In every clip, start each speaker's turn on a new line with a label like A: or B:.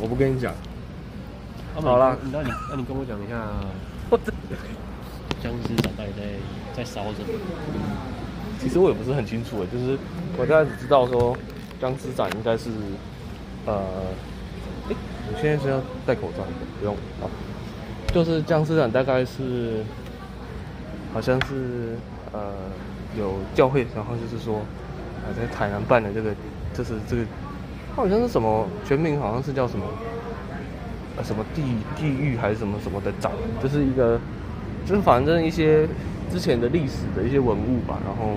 A: 我不跟你讲。
B: 好
A: 好啦
B: 了，那啊你那你跟我讲一下，
A: 啊
B: 僵尸长到底在在烧什么？
A: 其实我也不是很清楚，欸就是我大概只知道说僵尸展应该是，呃，诶，我现在是要戴口罩，不用好，就是僵尸展大概是，好像是呃有教会，然后就是说啊、呃在台南办的这个，就是这个，它好像是什么全名好像是叫什么，呃什么地地狱还是什么什么的展，就是一个，就是反正一些之前的历史的一些文物吧，然后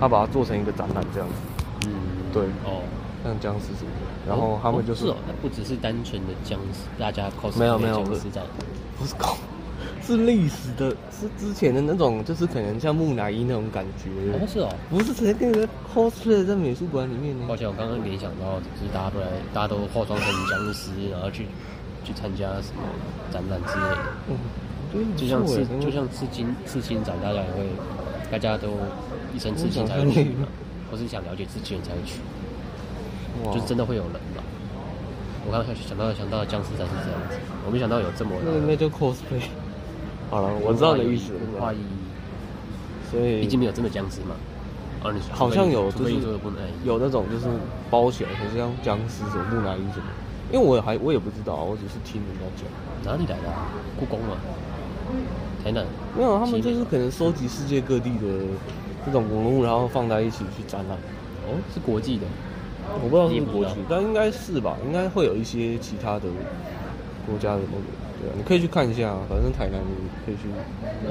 A: 他把它做成一个展览这样子，
B: 嗯，
A: 对
B: 哦，
A: 像僵尸什么的，然后他们就是、
B: 哦哦那不只是单纯的僵尸，大家 cos
A: 没有没有
B: 僵尸长，
A: 不是哦搞，是历史的，是之前的那种，就是可能像木乃伊那种感觉，
B: 哦是哦。
A: 不是直接跟人家 cosplay 在美术馆里面呢
B: 抱。歉，我刚刚联想到，就是大家都来，大家都化妆成僵尸，然后去去参加什么展览之类的。
A: 嗯，我觉得
B: 就像
A: 不错欸
B: 刺
A: 耶
B: 就像刺青刺青展，大家也会，大家都一身刺青才
A: 我
B: 会
A: 想
B: 去
A: 看那
B: 嘛
A: 个，
B: 或是想了解自己人才会去，
A: 哇
B: 就是真的会有人嘛。我刚刚想想到想到僵尸展是这样子，我没想到有这么
A: 那应该叫 cosplay。好了，我
B: 文化
A: 知道你的意思嗯
B: 意义，文化意义，
A: 所以
B: 毕竟没有真的僵尸嘛。哦，你说
A: 好像有就
B: 除
A: 是
B: 非你说的不能，哎
A: 有那种 就是包起来，可是像僵尸什么木乃伊什么，因为我还我也不知道啊，我只是听人家讲。
B: 哪里来的、啊？故宫嘛，台南。
A: 没有，他们
B: 奇美
A: 就是可能收集世界各地的这种文物，然后放在一起去展览。
B: 哦，是国际的。
A: 我不知道是不
B: 你也
A: 是
B: 不
A: 国
B: 知道
A: 际，但应该是吧，应该会有一些其他的国家的那个，对啊，你可以去看一下啊，反正台南你可以去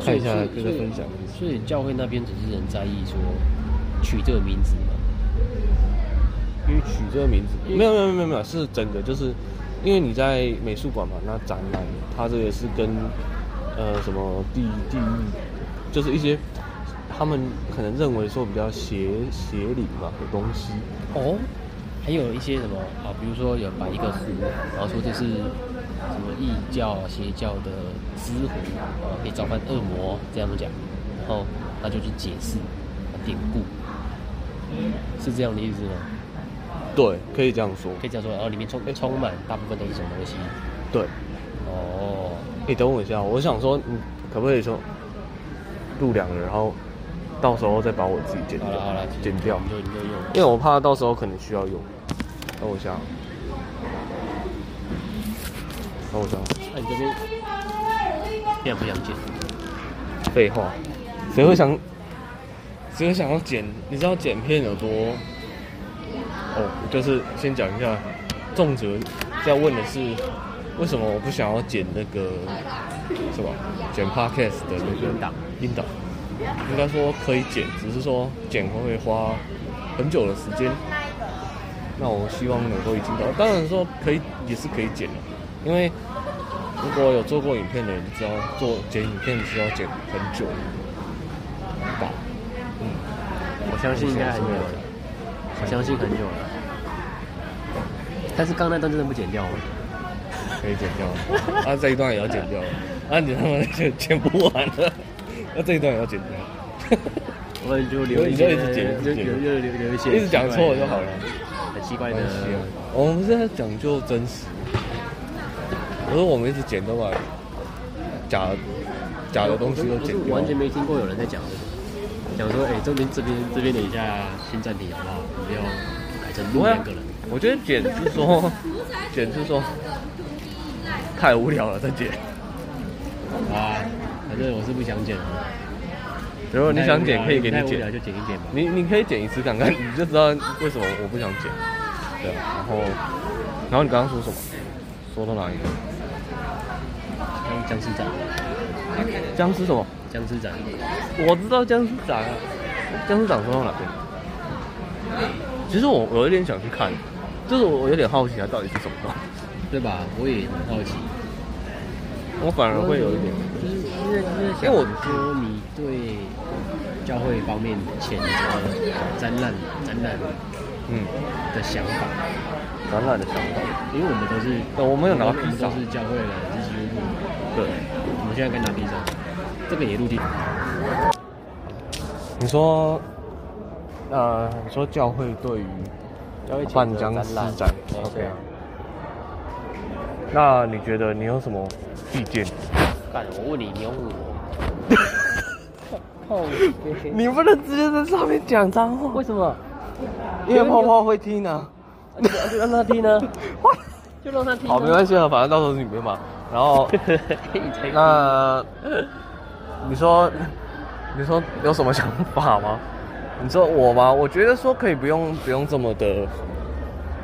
A: 看一下，
B: 所以
A: 跟他分享一下。
B: 所以所以教会那边只是很在意说取这个名字嘛。
A: 因为取这个名字，
B: 因为
A: 没有没有没有没有，是整个就是，因为你在美术馆嘛，那展览它这个是跟呃什么地地域，就是一些他们可能认为说比较邪邪灵嘛的东西，
B: 哦，还有一些什么啊，比如说有摆一个壶，然后说这是什么异教邪教的之壶，啊，可以召唤恶魔这样讲，然后他就去解释典故，是这样的意思吗？
A: 对，可以这样说，
B: 可以这样说，哦然后里面充充满大部分都是什么东西？
A: 对。
B: 哦，
A: 你、等我一下，我想说，你可不可以说录两个，然后到时候再把我自己剪掉
B: 好，了好了，
A: 剪掉
B: 你，就你就用。
A: 因为我怕到时候可能需要用。等我一下，等我一下，
B: 那、你这边现在不想剪，
A: 废话，谁会想，谁会想要剪？你知道剪片有多？哦，就是先讲一下，仲哲在问的是，为什么我不想要剪那个什么剪 podcast 的那个
B: 音档
A: 音档？应该说可以剪，只是说剪会花很久的时间。那我希望能够一镜到，当然说可以也是可以剪的，因为如果有做过影片的人知道，做剪影片需要剪很久吧。嗯，
B: 我相信应该很久了，我相信很久了。但是刚刚那段真的不剪掉哦吗？
A: 可以剪 掉，啊，这一段也要剪掉，啊，你他妈剪剪不完了，那、这一段也要剪掉，
B: 我们就留一
A: 你
B: 些，
A: 就一直剪
B: 就
A: 一直剪
B: 留留留留一些，
A: 一直讲错就好了，
B: 很奇怪
A: 没
B: 的
A: 关，系啊。我们不是在讲究真实，我说我们一直剪都把假假的东西都
B: 我是
A: 剪掉
B: 完，全没听过有人在讲这个，讲说哎，这边这边这边等一下先暂停好不好？我们要改成
A: 不
B: 录
A: 会啊
B: 两个人，
A: 我觉得剪是说，剪是说太无聊了，再剪。
B: 啊，反正我是不想剪了。
A: 如果你想剪，可以给你
B: 太无聊
A: 剪。
B: 就剪一剪吧。
A: 你你可以剪一次看 看，你就知道为什么我不想剪。对，啊然后然后你刚刚说什么？说到哪里了？
B: 像僵尸展，
A: 僵尸什么？
B: 僵尸展，
A: 我知道僵尸长啊，僵尸长说到哪边？其实我我有点想去看，就是我我有点好奇它到底是什么东西，
B: 对吧？我也很好奇。
A: 我反而会有一点。
B: 就是因为因为想说你对教会方面前的展览展览
A: 嗯，
B: 的想法，
A: 展览的想法。
B: 因为我们都是
A: 对我们有拿
B: 我们
A: 披萨
B: 都是教会人，是基督徒，
A: 对，
B: 我们现在该拿披萨，这个也入定，
A: 你说，呃，你说教会对于
B: 教
A: 办僵尸展，
B: 对啊，
A: 那你觉得你有什么意见？
B: 干，我问你，你又问我，靠背
C: 你不能直接在上面讲脏话，
B: 为什么？
C: 因为泡泡会听啊。
B: 啊就就让他听呢，就让他听啊。
A: 好，没关系啊，反正到时候是你被骂。然后
B: 你才
A: 那你说 你说有什么想法吗？你说我吗？我觉得说可以不用不用这么的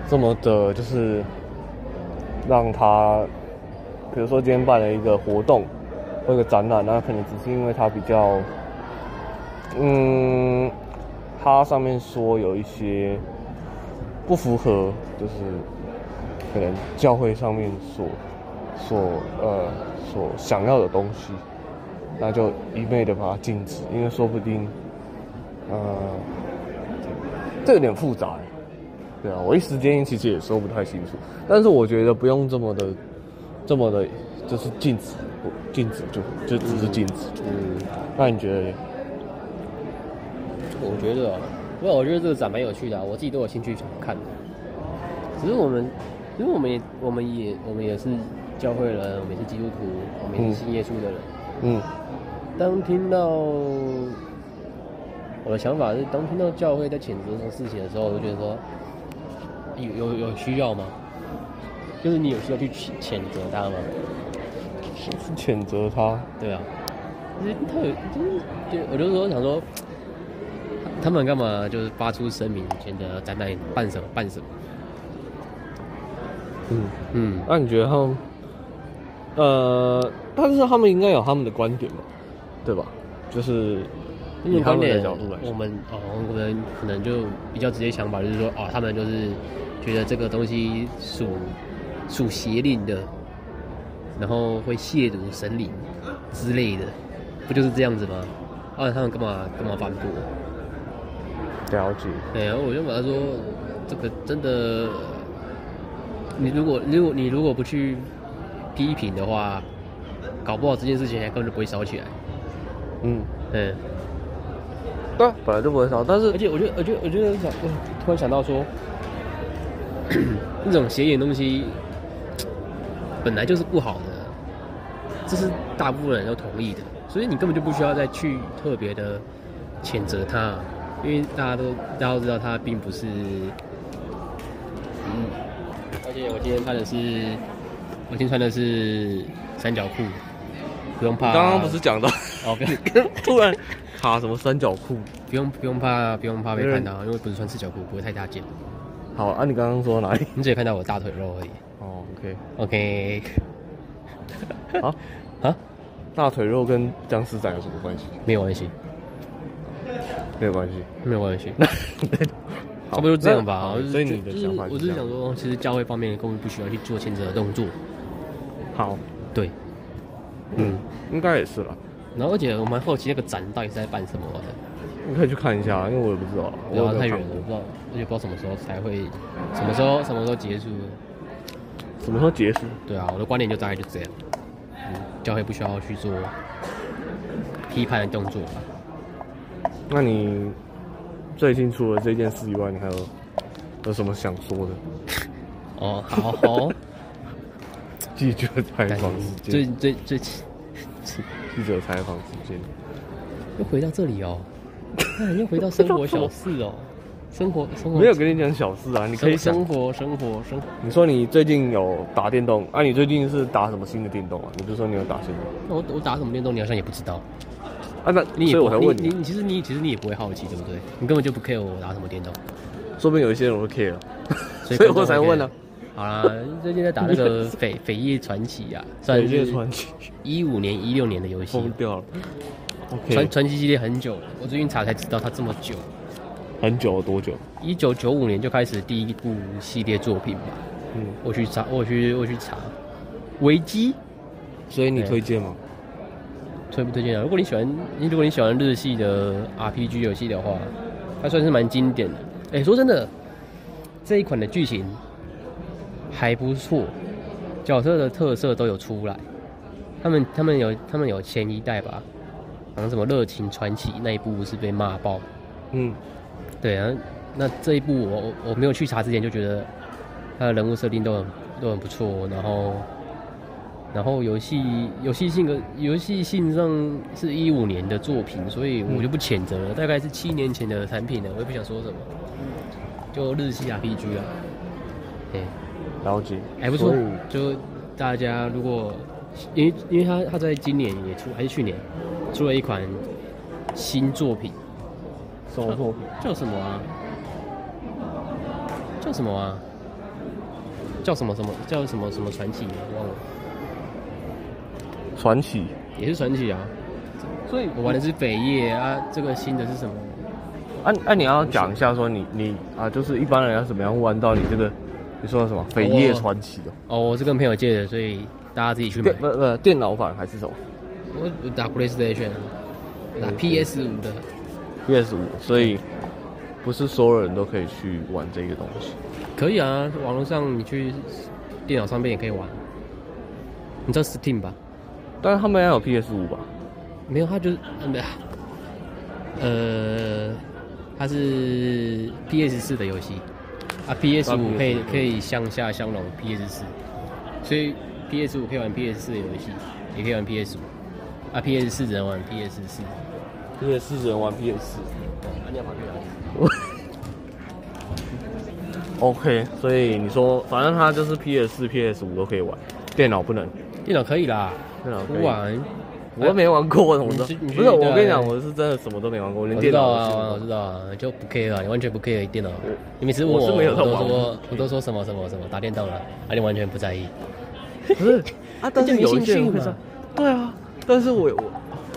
A: 这么的，就是让他，比如说今天办了一个活动或一个展览，那可能只是因为他比较，嗯，他上面说有一些不符合，就是可能教会上面所所呃所想要的东西，那就一昧的把它禁止，因为说不定，呃，这有点复杂欸，对啊，我一时间其实也说不太清楚，但是我觉得不用这么的，这么的，就是禁止，禁止就就只是禁止。
B: 嗯，
A: 那你觉得嘞？
B: 我觉得、哦，不过我觉得这个展蛮有趣的、啊，我自己都有兴趣想看的。只是我们，因为我们也，我们也，我们也是教会人，我们也是基督徒，我们也是信耶稣的人。
A: 嗯
B: 当听到我的想法是，当听到教会在谴责这种事情的时候，我就觉得说，有有有需要吗？就是你有需要去谴谴责他吗？
A: 是谴责他，
B: 对啊，就是他有，就是就我就是说想说，他们干嘛就是发出声明，觉得展览办什么办什么？
A: 嗯，
B: 嗯，
A: 那你觉得他们，呃，但是他们应该有他们的观点吧，对吧？就是
B: 那
A: 以
B: 种
A: 他
B: 观
A: 们的
B: 点
A: 角度来，
B: 我
A: 说，
B: 们哦，我们可能就比较直接想法就是说，哦，他们就是觉得这个东西属属邪灵的，然后会亵渎神灵之类的，不就是这样子吗？啊，他们干嘛干嘛反驳？
A: 了解，
B: 对啊，我就把他说，这个真的，你如果如果你如果不去批评的话，搞不好这件事情还根本就不会烧起来。
A: 嗯，
B: 嗯，
A: 对啊，本来就不会少，但是
B: 而且我觉得，我觉得，我觉得想，我突然想到说，那种邪眼东西本来就是不好的，这是大部分人都同意的，所以你根本就不需要再去特别的谴责他，因为大家都大家都知道他并不是，嗯，而且我今天穿的是，我今天穿的是三角裤，不用怕，
A: 刚刚不是讲到，
B: 哦，不要。
A: 啊 突然卡什么三角裤？
B: 不用不用怕，不用怕被看到，因为不是穿四角裤，不会太大件，
A: 好啊，你刚刚说哪里？
B: 你只会看到我大腿肉而已。
A: 哦，OK，
B: OK，
A: 好，
B: 啊，
A: 大腿肉跟僵尸仔有什么关系？
B: 没有关系，
A: 没有 关系。
B: 没有关系，差
A: 好
B: 不多就这样吧
A: 那。好
B: 我就
A: 所以你的
B: 就
A: 想法是
B: 我只
A: 这
B: 是
A: 样
B: 想说，其实教会方面根本不需要去做牵扯的动作，
A: 好，
B: 对。
A: 嗯，应该也是啦。
B: 然后而且我蛮好奇那个展到底是在办什么的，
A: 你可以去看一下，因为我也不知道，我
B: 然
A: 也
B: 后
A: 没
B: 啊太
A: 有看
B: 远了，
A: 过
B: 不知道，而且不知道什么时候才会，什么时候什么时候结束。
A: 什么时候结束？
B: 对啊，我的观点就大概就这样。嗯，教会不需要去做批判的动作吧。
A: 那你最近除了这件事以外，你还有有什么想说的？
B: 哦，好好。
A: 记者采
B: 感
A: 访
B: 觉
A: 时
B: 最
A: 间，
B: 最最，
A: 记者采访时间，
B: 又回到这里 哦，那又回到生活小事哦，生活生活
A: 没有跟你讲小事啊，你可以想
B: 生。活生活生活，
A: 你说你最近有打电动啊？你最近是打什么新的电动啊？你不是说你有打新的？
B: 那我我打什么电动你好像也不知道，
A: 啊，那
B: 你也
A: 所以
B: 不
A: 我才问
B: 你
A: 你，
B: 你其实你其实你也不会好奇对不对？你根本就不 care 我打什么电动，
A: 说不定有一些人会 care，
B: 所以
A: 所以我才问了。啊
B: 好啦，最近在打那 个匪《匪夜传奇》啊，算
A: 北
B: 是
A: 越传奇
B: 一五年一六年的游戏
A: 疯，掉了。OK，
B: 传传奇系列很久了，我最近查才知道它这么久，
A: 很久了多久？
B: 一九九五年就开始第一部系列作品吧。
A: 嗯，
B: 我去查，我去我去查，维基
A: 所以你
B: 对
A: 推荐吗？
B: 推不推荐啊？如果你喜欢，你如果你喜欢日系的 RPG 游戏的话，它算是蛮经典的。哎、说真的，这一款的剧情还不错，角色的特色都有出来。他们他们有他们有前一代吧，好像什么热情传奇那一部是被骂爆，
A: 嗯，
B: 对啊，那这一部我我我没有去查之前就觉得他的人物设定都很都很不错，然后然后游戏游戏性格游戏性上是一五年的作品，所以我就不谴责了，大概是七年前的产品了，我也不想说什么，就日系 RPG 啊，哎、
A: 了解，哦
B: 还不错
A: 所以。
B: 就大家如果因为因为他他在今年也出还是去年出了一款新作品，
A: 什么作品？
B: 叫什么啊？叫什么啊？叫什么什么叫什么什么传奇啊？忘了，
A: 传奇。
B: 也是传奇啊。
A: 所以
B: 我玩的是北夜啊，这个新的是什么？
A: 按啊按你要讲一下说你你啊，就是一般人要怎么样玩到你这个，你说的什么扉页传奇哦？
B: 哦，我是跟朋友借的，所以大家自己去买
A: 电。不不电脑版还是什么
B: 我我打 PlayStation，打啊
A: 嗯
B: PS 五的。
A: ？PS 五，所以不是所有人都可以去玩这个东西。
B: 可以啊，网络上你去电脑上面也可以玩。你知道 Steam 吧？
A: 但是他们要有 PS 五吧？
B: 没有，它就是嗯不，呃，它是 PS 四的游戏啊，PS
A: 啊
B: 五可以
A: PS5
B: 可以向下相容 PS 四，所以 PS 五可以玩 PS 四的游戏，也可以玩 PS 五啊，PS 四只能玩 PS 四。
A: 你也是只能玩 PS。
B: 啊，你要跑去哪里？
A: OK，所以你说反正它就是 PS 四、PS 五都可以玩，电脑不能。
B: 电脑可以啦，
A: 电脑可以
B: 不玩。啊
A: 我没玩过，我怎么知道
B: 你去你？去
A: 不是，我
B: 对啊
A: 跟你讲，我是真的什么都没玩过，连
B: 我
A: 电
B: 知
A: 脑
B: 道
A: 游戏
B: 啊，
A: 都
B: 我
A: 没玩
B: 知道啊，就不 care 啊，你完全不 care 电脑
A: 对。
B: 你每次问我，
A: 我是没有在
B: 我都
A: 玩
B: 说我都说什么什么什么打电动了，啊，你完全不在意。
A: 过不是啊，但是
B: 没
A: 有一
B: 兴
A: 些人
B: 趣
A: 会
B: 嘛
A: 说，对啊，但是我我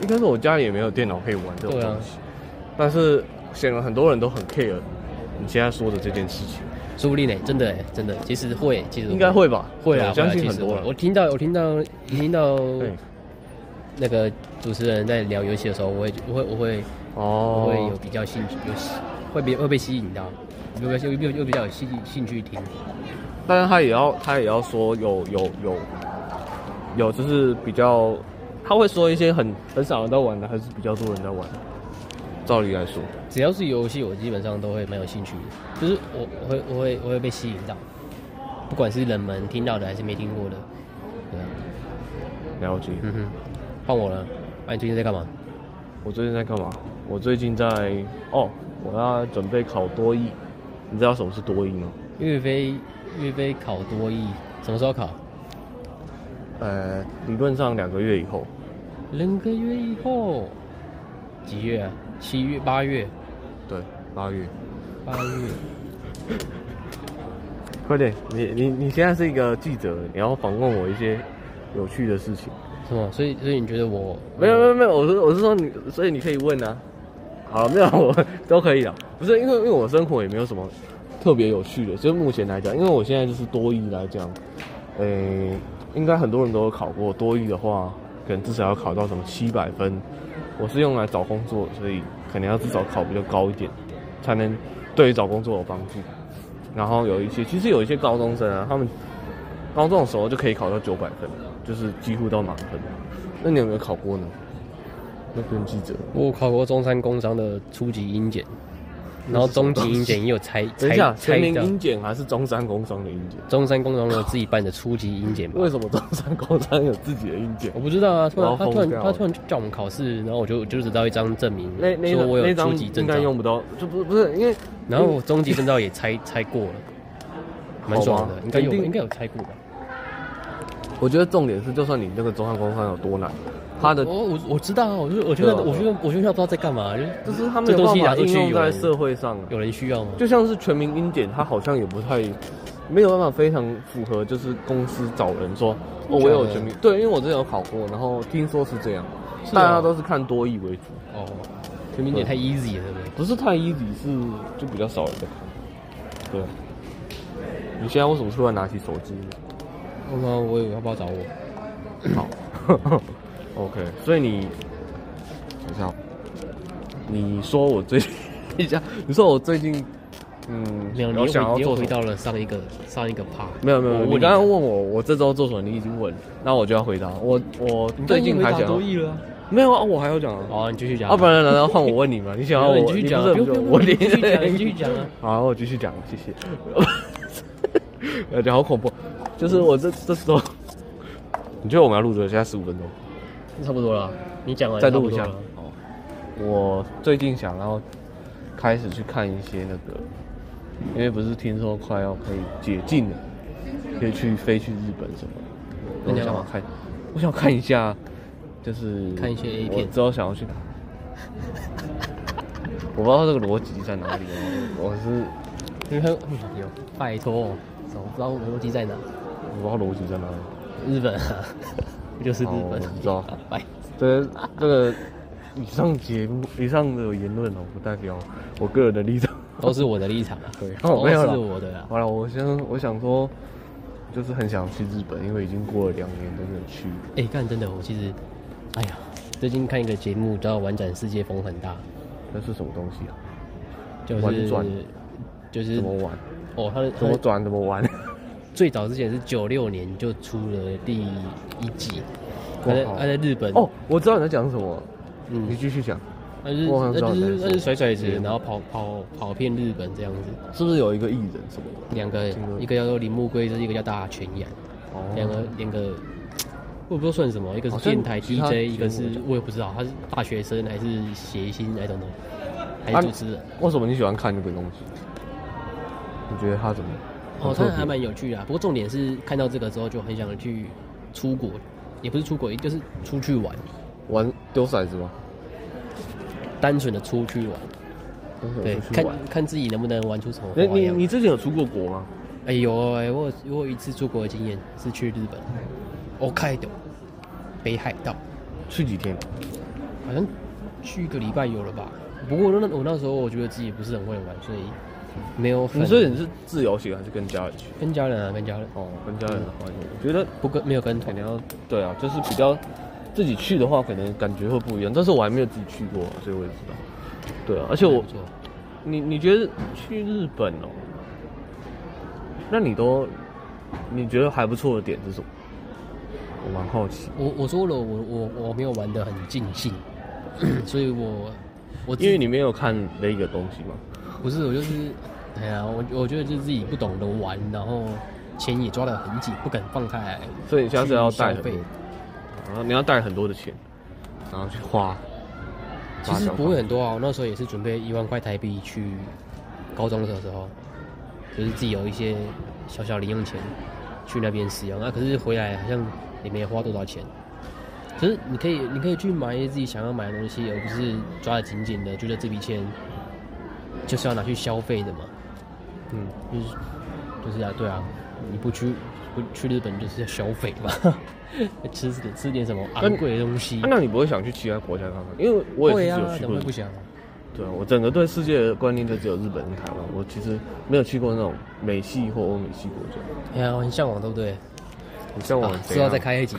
A: 应该是我家里也没有电脑可以玩这种
B: 对啊
A: 东西，但是显然很多人都很 care 你现在说的这件事情，
B: 说不定呢、真的、欸、真的，其实会，其实
A: 应该会吧？
B: 会啊，
A: 我相
B: 会
A: 信
B: 啊
A: 很多
B: 其实会我
A: 人。
B: 听到我听到一听到
A: 对，
B: 那个主持人在聊游戏的时候，我会我会我会我会有
A: 哦，
B: 比较兴趣，有吸会被会被吸引到，有比有有有比较有兴兴趣听。
A: 但是他也要他也要说有有有有，就是比较他会说一些很很少人在玩的，还是比较多人在玩的。照理来说，
B: 只要是游戏，我基本上都会蛮有兴趣的，就是我我会我会我会被吸引到，不管是冷门听到的还是没听过的，对啊，
A: 了解。
B: 嗯哼，换我了，哎那、你最近在干嘛？
A: 我最近在干嘛？我最近在哦，我要准备考多艺。你知道什么是多艺吗？
B: 岳飞岳飞考多艺，什么时候考？
A: 呃，理论上两个月以后，
B: 两个月以后，几月啊？七月、八月、
A: 对，八月。
B: 八月。
A: 快点，你你你现在是一个记者，你要访问我一些有趣的事情。
B: 什么？所以所以你觉得我
A: 没有没有没有，我是我是说你，所以你可以问啊。好，没有我都可以啊。不是因为因为我生活也没有什么特别有趣的，就是目前来讲，因为我现在就是多艺来讲，呃、应该很多人都有考过多艺的话，可能至少要考到什么七百分。我是用来找工作，所以可能要至少考比较高一点，才能对于找工作有帮助。然后有一些，其实有一些高中生啊，他们高中的时候就可以考到九百分，就是几乎到满分。那你有没有考过呢？那跟记者，
B: 我考过中山工商的初级英检，然后中级英检也有拆
A: 等一
B: 拆
A: 下，全
B: 拆
A: 民
B: 掉。
A: 英检还是中山工商的英检？
B: 中山工商我自己办的初级英检吧
A: 为，什么中山工商有自己的英检
B: 我？不知道啊，突然
A: 我要
B: 他
A: 疯
B: 突然
A: 掉
B: 他
A: 了
B: 突然叫我们考试，然后我就我就只到一张证明，
A: 那那
B: 说我
A: 那
B: 有初
A: 张
B: 级
A: 应
B: 证
A: 该
B: 照，
A: 用不到，就不不是因为
B: 然后我中级证照也 拆拆过了，蛮爽的，应该有
A: 肯定
B: 应该有拆过吧？
A: 我觉得重点是，就算你那个中山工商有多难，他的
B: 我我我知道啊，我就我觉得
A: 对啊
B: 我觉得我觉得不知道在干嘛，就是
A: 就是他们
B: 这
A: 有
B: 东
A: 办
B: 西拿
A: 法
B: 出
A: 应
B: 去
A: 用
B: 有
A: 在
B: 人
A: 社会上啊。
B: 有人需要吗？
A: 就像是全民英检，它好像也不太没有办法非常符合，就是公司找人说哦，我有全民对，因为我之前有考过，然后听说是这样，
B: 是啊
A: 大家都是看多义为主，
B: 哦，全民姐太 easy 了，对不对？
A: 不是太 easy，是就比较少人在看。对，你现在为什么突然拿起手机？
B: 我
A: 哦
B: 吗？我有要不要找我？
A: 好 ，OK，所以你等一下，你说我最近等一下，你说我最近嗯，
B: 没有，你
A: 我
B: 又
A: 想要
B: 回你又
A: 做什
B: 回
A: 么？
B: 到了上一个上一个 part。
A: 没有没有，没有
B: 我问
A: 你刚刚问我我这周做什么，你已经问了，那我就要回答。我我
B: 你
A: 最近还想
B: 讲
A: 要
B: 多亿了啊。
A: 没有啊，我还要讲啊，
B: 好啊，你继续讲。
A: 啊不然难道换我问你吗？你想要
B: 没有
A: 我
B: 你继续讲啊，
A: 你不是
B: 不用不
A: 我
B: 用
A: 连
B: 你继续讲，你继 续讲啊。
A: 好，我继续讲，谢谢。呃，讲好恐怖，就是我这这时候， 你觉得我们要录多久？现在十五分钟。
B: 差不多了，你讲完
A: 再录
B: 哎差不
A: 一
B: 多
A: 下
B: 了。
A: 哦，我最近想要开始去看一些那个，因为不是听说快要可以解禁了，可以去飞去日本什么的。
B: 那
A: 我
B: 你要
A: 想
B: 干
A: 要
B: 嘛
A: 看，我想看一下，就是
B: 看一些 A
A: 我
B: 片
A: 之后想要去哪。 我不知道这个逻辑在哪里哦，我是
B: 你看，有拜托，早啊知道我们逻辑在哪？
A: 我不知道逻辑在哪里。
B: 日本啊， 不就是日
A: 好哦我
B: 本？
A: 知道
B: 拜，
A: 这这个以上节目以上的言论哦，不代表我个人的立场。
B: 都是我的立场啊，
A: 对，哦
B: 都
A: 没有
B: 是
A: 了
B: 我的啦。啊
A: 好了，我先我想说，就是很想去日本，因为已经过了两年都没有去。
B: 哎、干真的，我其实，哎呀，最近看一个节目叫《玩转世界》，风很大，
A: 那是什么东西啊？
B: 就是
A: 玩转
B: 就是
A: 怎么玩？
B: 哦，他的
A: 怎么转？怎么玩？
B: 最早之前是九六年就出了第一季，他在
A: 哇好
B: 他在日本
A: 哦，，我知道你在讲什么，
B: 嗯
A: 你继续讲。
B: 他就是
A: 我好像知
B: 他
A: 道
B: 就
A: 你在
B: 是
A: 说
B: 他就是甩甩子，
A: 嗯
B: 然后跑跑跑遍日本这样子，
A: 是不是有一个艺人什么的？
B: 两个
A: 听过
B: 一个叫做铃木圭一个叫大泉洋，两个
A: 哦，
B: 两个。我不知道算什么，一个是
A: 好像
B: 电台
A: 其他
B: DJ，一个
A: 节目
B: 是
A: 有讲
B: 我也不知道，他是大学生还是谐星，I don't know，还
A: 啊
B: 是主持人。
A: 为什么你喜欢看这个东西？你觉得他怎么？很
B: 哦，
A: 特
B: 他
A: 别
B: 还蛮有趣的、啊，不过重点是看到这个之后就很想去出国，也不是出国，就是出去玩，
A: 玩丢骰子吗？
B: 单纯的出去玩，
A: 跟朋
B: 对
A: 友，出去玩。
B: 看看自己能不能玩出什么花
A: 哎，你
B: 样。
A: 你之前有出过国吗？
B: 哎呦哎，我有我有一次出国的经验是去日本，我开的北海道，
A: 去几天？
B: 好像去一个礼拜有了吧。不过那我那时候我觉得自己不是很会玩，所以没有很
A: 你说你是自由行还是跟家人去？嗯
B: 跟家人啊，跟家人，
A: 哦，跟家人的话，我觉得
B: 不跟没有跟团
A: 肯定要对啊，就是比较自己去的话，可能感觉会不一样。但是我还没有自己去过，啊所以我也不知道。对啊，而且我
B: 不，错
A: 你你觉得去日本哦，那你都你觉得还不错的点是什么？我蛮好奇，
B: 我我说了，我我我没有玩的很尽兴， 所以我我自
A: 因为你没有看那个东西嘛。
B: 不是我就是，哎呀，我我觉得就是自己不懂得玩，然后钱也抓得很紧，不敢放开来
A: 所以你下次要
B: 去
A: 带
B: 消
A: 很多
B: 费。，
A: 然后你要带很多的钱，然后去花。
B: 其实不会很多啊，我那时候也是准备一万块台币去高中的时候，就是自己有一些小小零用钱去那边使用啊，可是回来好像也没花多少钱。可是你可以，你可以去买一些自己想要买的东西，而不是抓得紧紧的，觉得这笔钱就是要拿去消费的嘛。
A: 嗯，
B: 就是就是啊，对啊，你不去不去日本就是要消费嘛， 吃点吃点什么昂贵的东西
A: 啊。那你不会想去其他国家看看？因为我
B: 会
A: 也是
B: 啊
A: 只有，去
B: 怎
A: 过日
B: 么会
A: 本
B: 不。想？
A: 对啊，我整个对世界的观念就只有日本跟台湾，我其实没有去过那种美系或欧美系国家。
B: 哎呀，我很向往，对不对？
A: 你像我
B: 啊，
A: 哦怎
B: 之后
A: 样
B: 再开一集。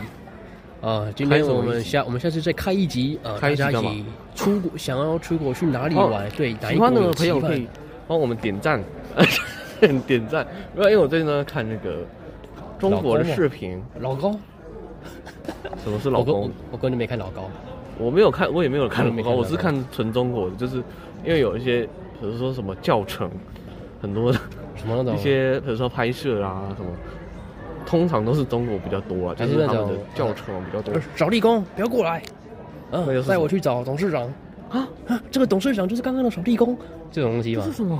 B: 啊，今
A: 开
B: 天
A: 什么
B: 我
A: 一
B: 们
A: 集
B: 下我们下次再开一集啊，
A: 开一集
B: 大家
A: 干嘛哦
B: 起出国想要出国去哪里玩？对，哪一
A: 喜
B: 国
A: 欢
B: 有
A: 的朋友
B: 气氛
A: 可以帮我们点赞， 点赞。啊因为我最近都在看那个中国的视频，
B: 老高，
A: 什么是老
B: 我
A: 公
B: 跟？我根本没看老高，
A: 我没有看，我也没有看
B: 我也没
A: 老公，
B: 看
A: 我是
B: 老公
A: 看纯中国的，就是因为有一些，比如说什么教程，很多的
B: 什么那种
A: 一些，比如说拍摄啊什么。通常都是中国比较多啊，就
B: 还是
A: 是
B: 那
A: 他们的
B: 种
A: 教程比较多
B: 呃。找立功，不要过来，嗯
A: 那又是，什
B: 带
A: 么
B: 我去找董事长啊啊，这个董事长就是刚刚的找立功这种东西嘛，
A: 什么？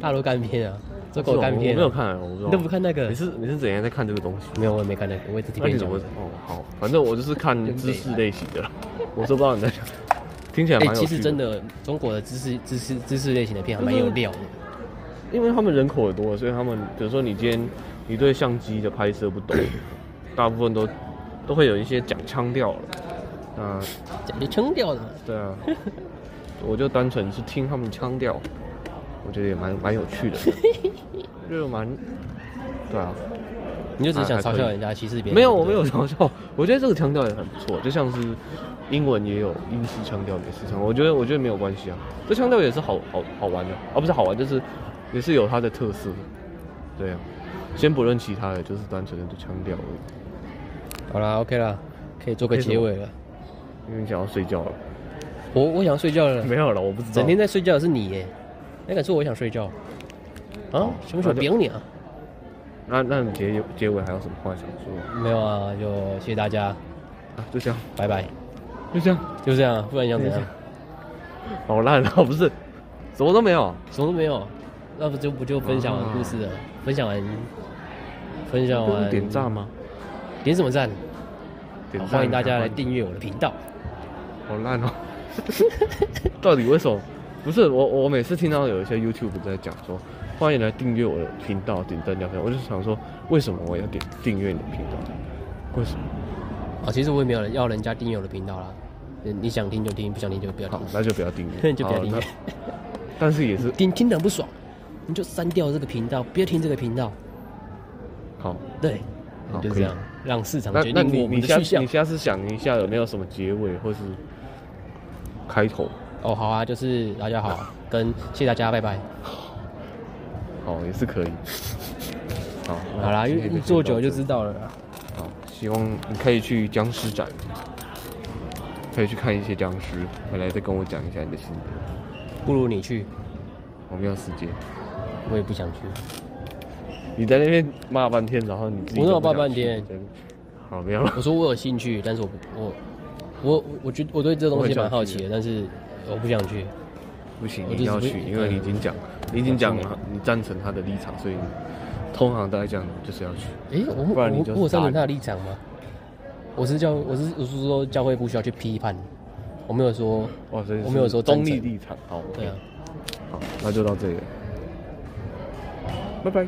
B: 大陆干片啊，这狗干
A: 我
B: 片啊
A: 没有，看，我不知道。
B: 你都不看那个
A: 你？是你是怎样在看这个东西？
B: 没有，我也没看那个，我也只听
A: 那
B: 别
A: 你
B: 人
A: 怎
B: 讲
A: 么
B: 的。
A: 哦好？反正我就是看知识类型 的啦，我都不知道你在讲。听起来
B: 哎、
A: 蛮有趣
B: 其实真，的，中国的知识、知识、知识类型的片还蛮有料的。
A: 因为他们人口也多，所以他们比如说你今天你对相机的拍摄不 懂，大部分都都会有一些讲腔调了。嗯，
B: 讲就撑掉的嘛。
A: 对 啊，我就单纯是听他们腔调，我觉得也蛮蛮有 趣的，就是蛮对啊。
B: 你就只是想
A: 啊还
B: 嘲
A: 可以
B: 笑人家歧视别人？
A: 没有，
B: 对
A: 我
B: 不
A: 没
B: 对
A: 有。嘲笑。我觉得这个腔调也很不错，就像是英文也有英式腔调、美式腔调，我觉得我觉得没有关系啊。这腔调也是好好好玩的，啊不是好玩，就是也是有它的特色。对啊，先不论其他的，就是单纯的腔调而已。
B: 好啦，OK 啦，可以做个
A: 可以什么
B: 结尾了。
A: 因为你想要睡觉了，
B: 我我想睡觉了，
A: 没有了，我不知道。
B: 整天在睡觉的是你耶。那敢说我想睡觉？啊，什么时
A: 那
B: 候
A: 就
B: 表你啊？
A: 那那你结结尾还有什么话想说吗？
B: 没有啊，就谢谢大家，
A: 啊，就这样，
B: 拜拜，
A: 就这样，
B: 就这样啊，不然你想怎样？
A: 好烂啊！ 不是，什么都没有。
B: 什么都没有，那不就不就分享完故事了？分享完，分享
A: 啊不是
B: 完
A: 点赞？吗？
B: 点什么赞？
A: 点
B: 好
A: 赞
B: 欢迎大家来订阅我的频道。
A: 好烂哦！ 到底为什么？不是我，我每次听到有一些 YouTube 在讲说，欢迎来订阅我的频道，点赞加分享，我就想说，为什么我要点订阅你的频道？为什么？
B: 啊，其实我也没有人要人家订阅我的频道啦，你你想听就听，不想听就不要
A: 好
B: 听，，
A: 那就不要订
B: 那
A: 阅，
B: 你就不要
A: 好
B: 订阅。
A: 那 但是也是
B: 听听得很不爽，你就删掉这个频道，不要听这个频道。
A: 好。
B: 对
A: 好，
B: 就
A: 可
B: 这
A: 以
B: 样，让市场
A: 那
B: 决
A: 那
B: 定
A: 你
B: 我们
A: 你
B: 的
A: 下
B: 去
A: 次
B: 向
A: 你。下次想一下有没有什么结尾或是开头？
B: 哦，好啊，就是大家 好，跟谢谢大家，拜拜。
A: 好，也是可以。好，那
B: 好啦，
A: 今
B: 因
A: 天
B: 为
A: 就
B: 你
A: 先
B: 做
A: 到
B: 久了就
A: 这里
B: 知道了啦。
A: 好，希望你可以去僵尸展，可以去看一些僵尸，回来再跟我讲一下你的心得。
B: 不如你去，
A: 我没有时间，
B: 我也不想去。
A: 你在那边骂半天，然后你自己
B: 我哪有
A: 都不想
B: 骂半天
A: 去？真的好，没有了。
B: 我说我有兴趣，但是我不我我我我觉得我对这东西蛮好奇的，但是我不想去。
A: 不行，一
B: 我就
A: 定要
B: 只
A: 去，
B: 会
A: 因为你已经讲，你已经讲了
B: 嗯，
A: 你赞成他的立场，所以你通常都在讲，你就是要去。
B: 诶，我
A: 不然你就是
B: 我我有站
A: 大
B: 成他的立场吗？我是教我是我是说教会不需要去批判，我没有说
A: 哇，哦所以
B: 我没有说
A: 中
B: 赞成啊
A: 立立场。好，
B: 对啊。
A: 好，那就到这里了，拜拜。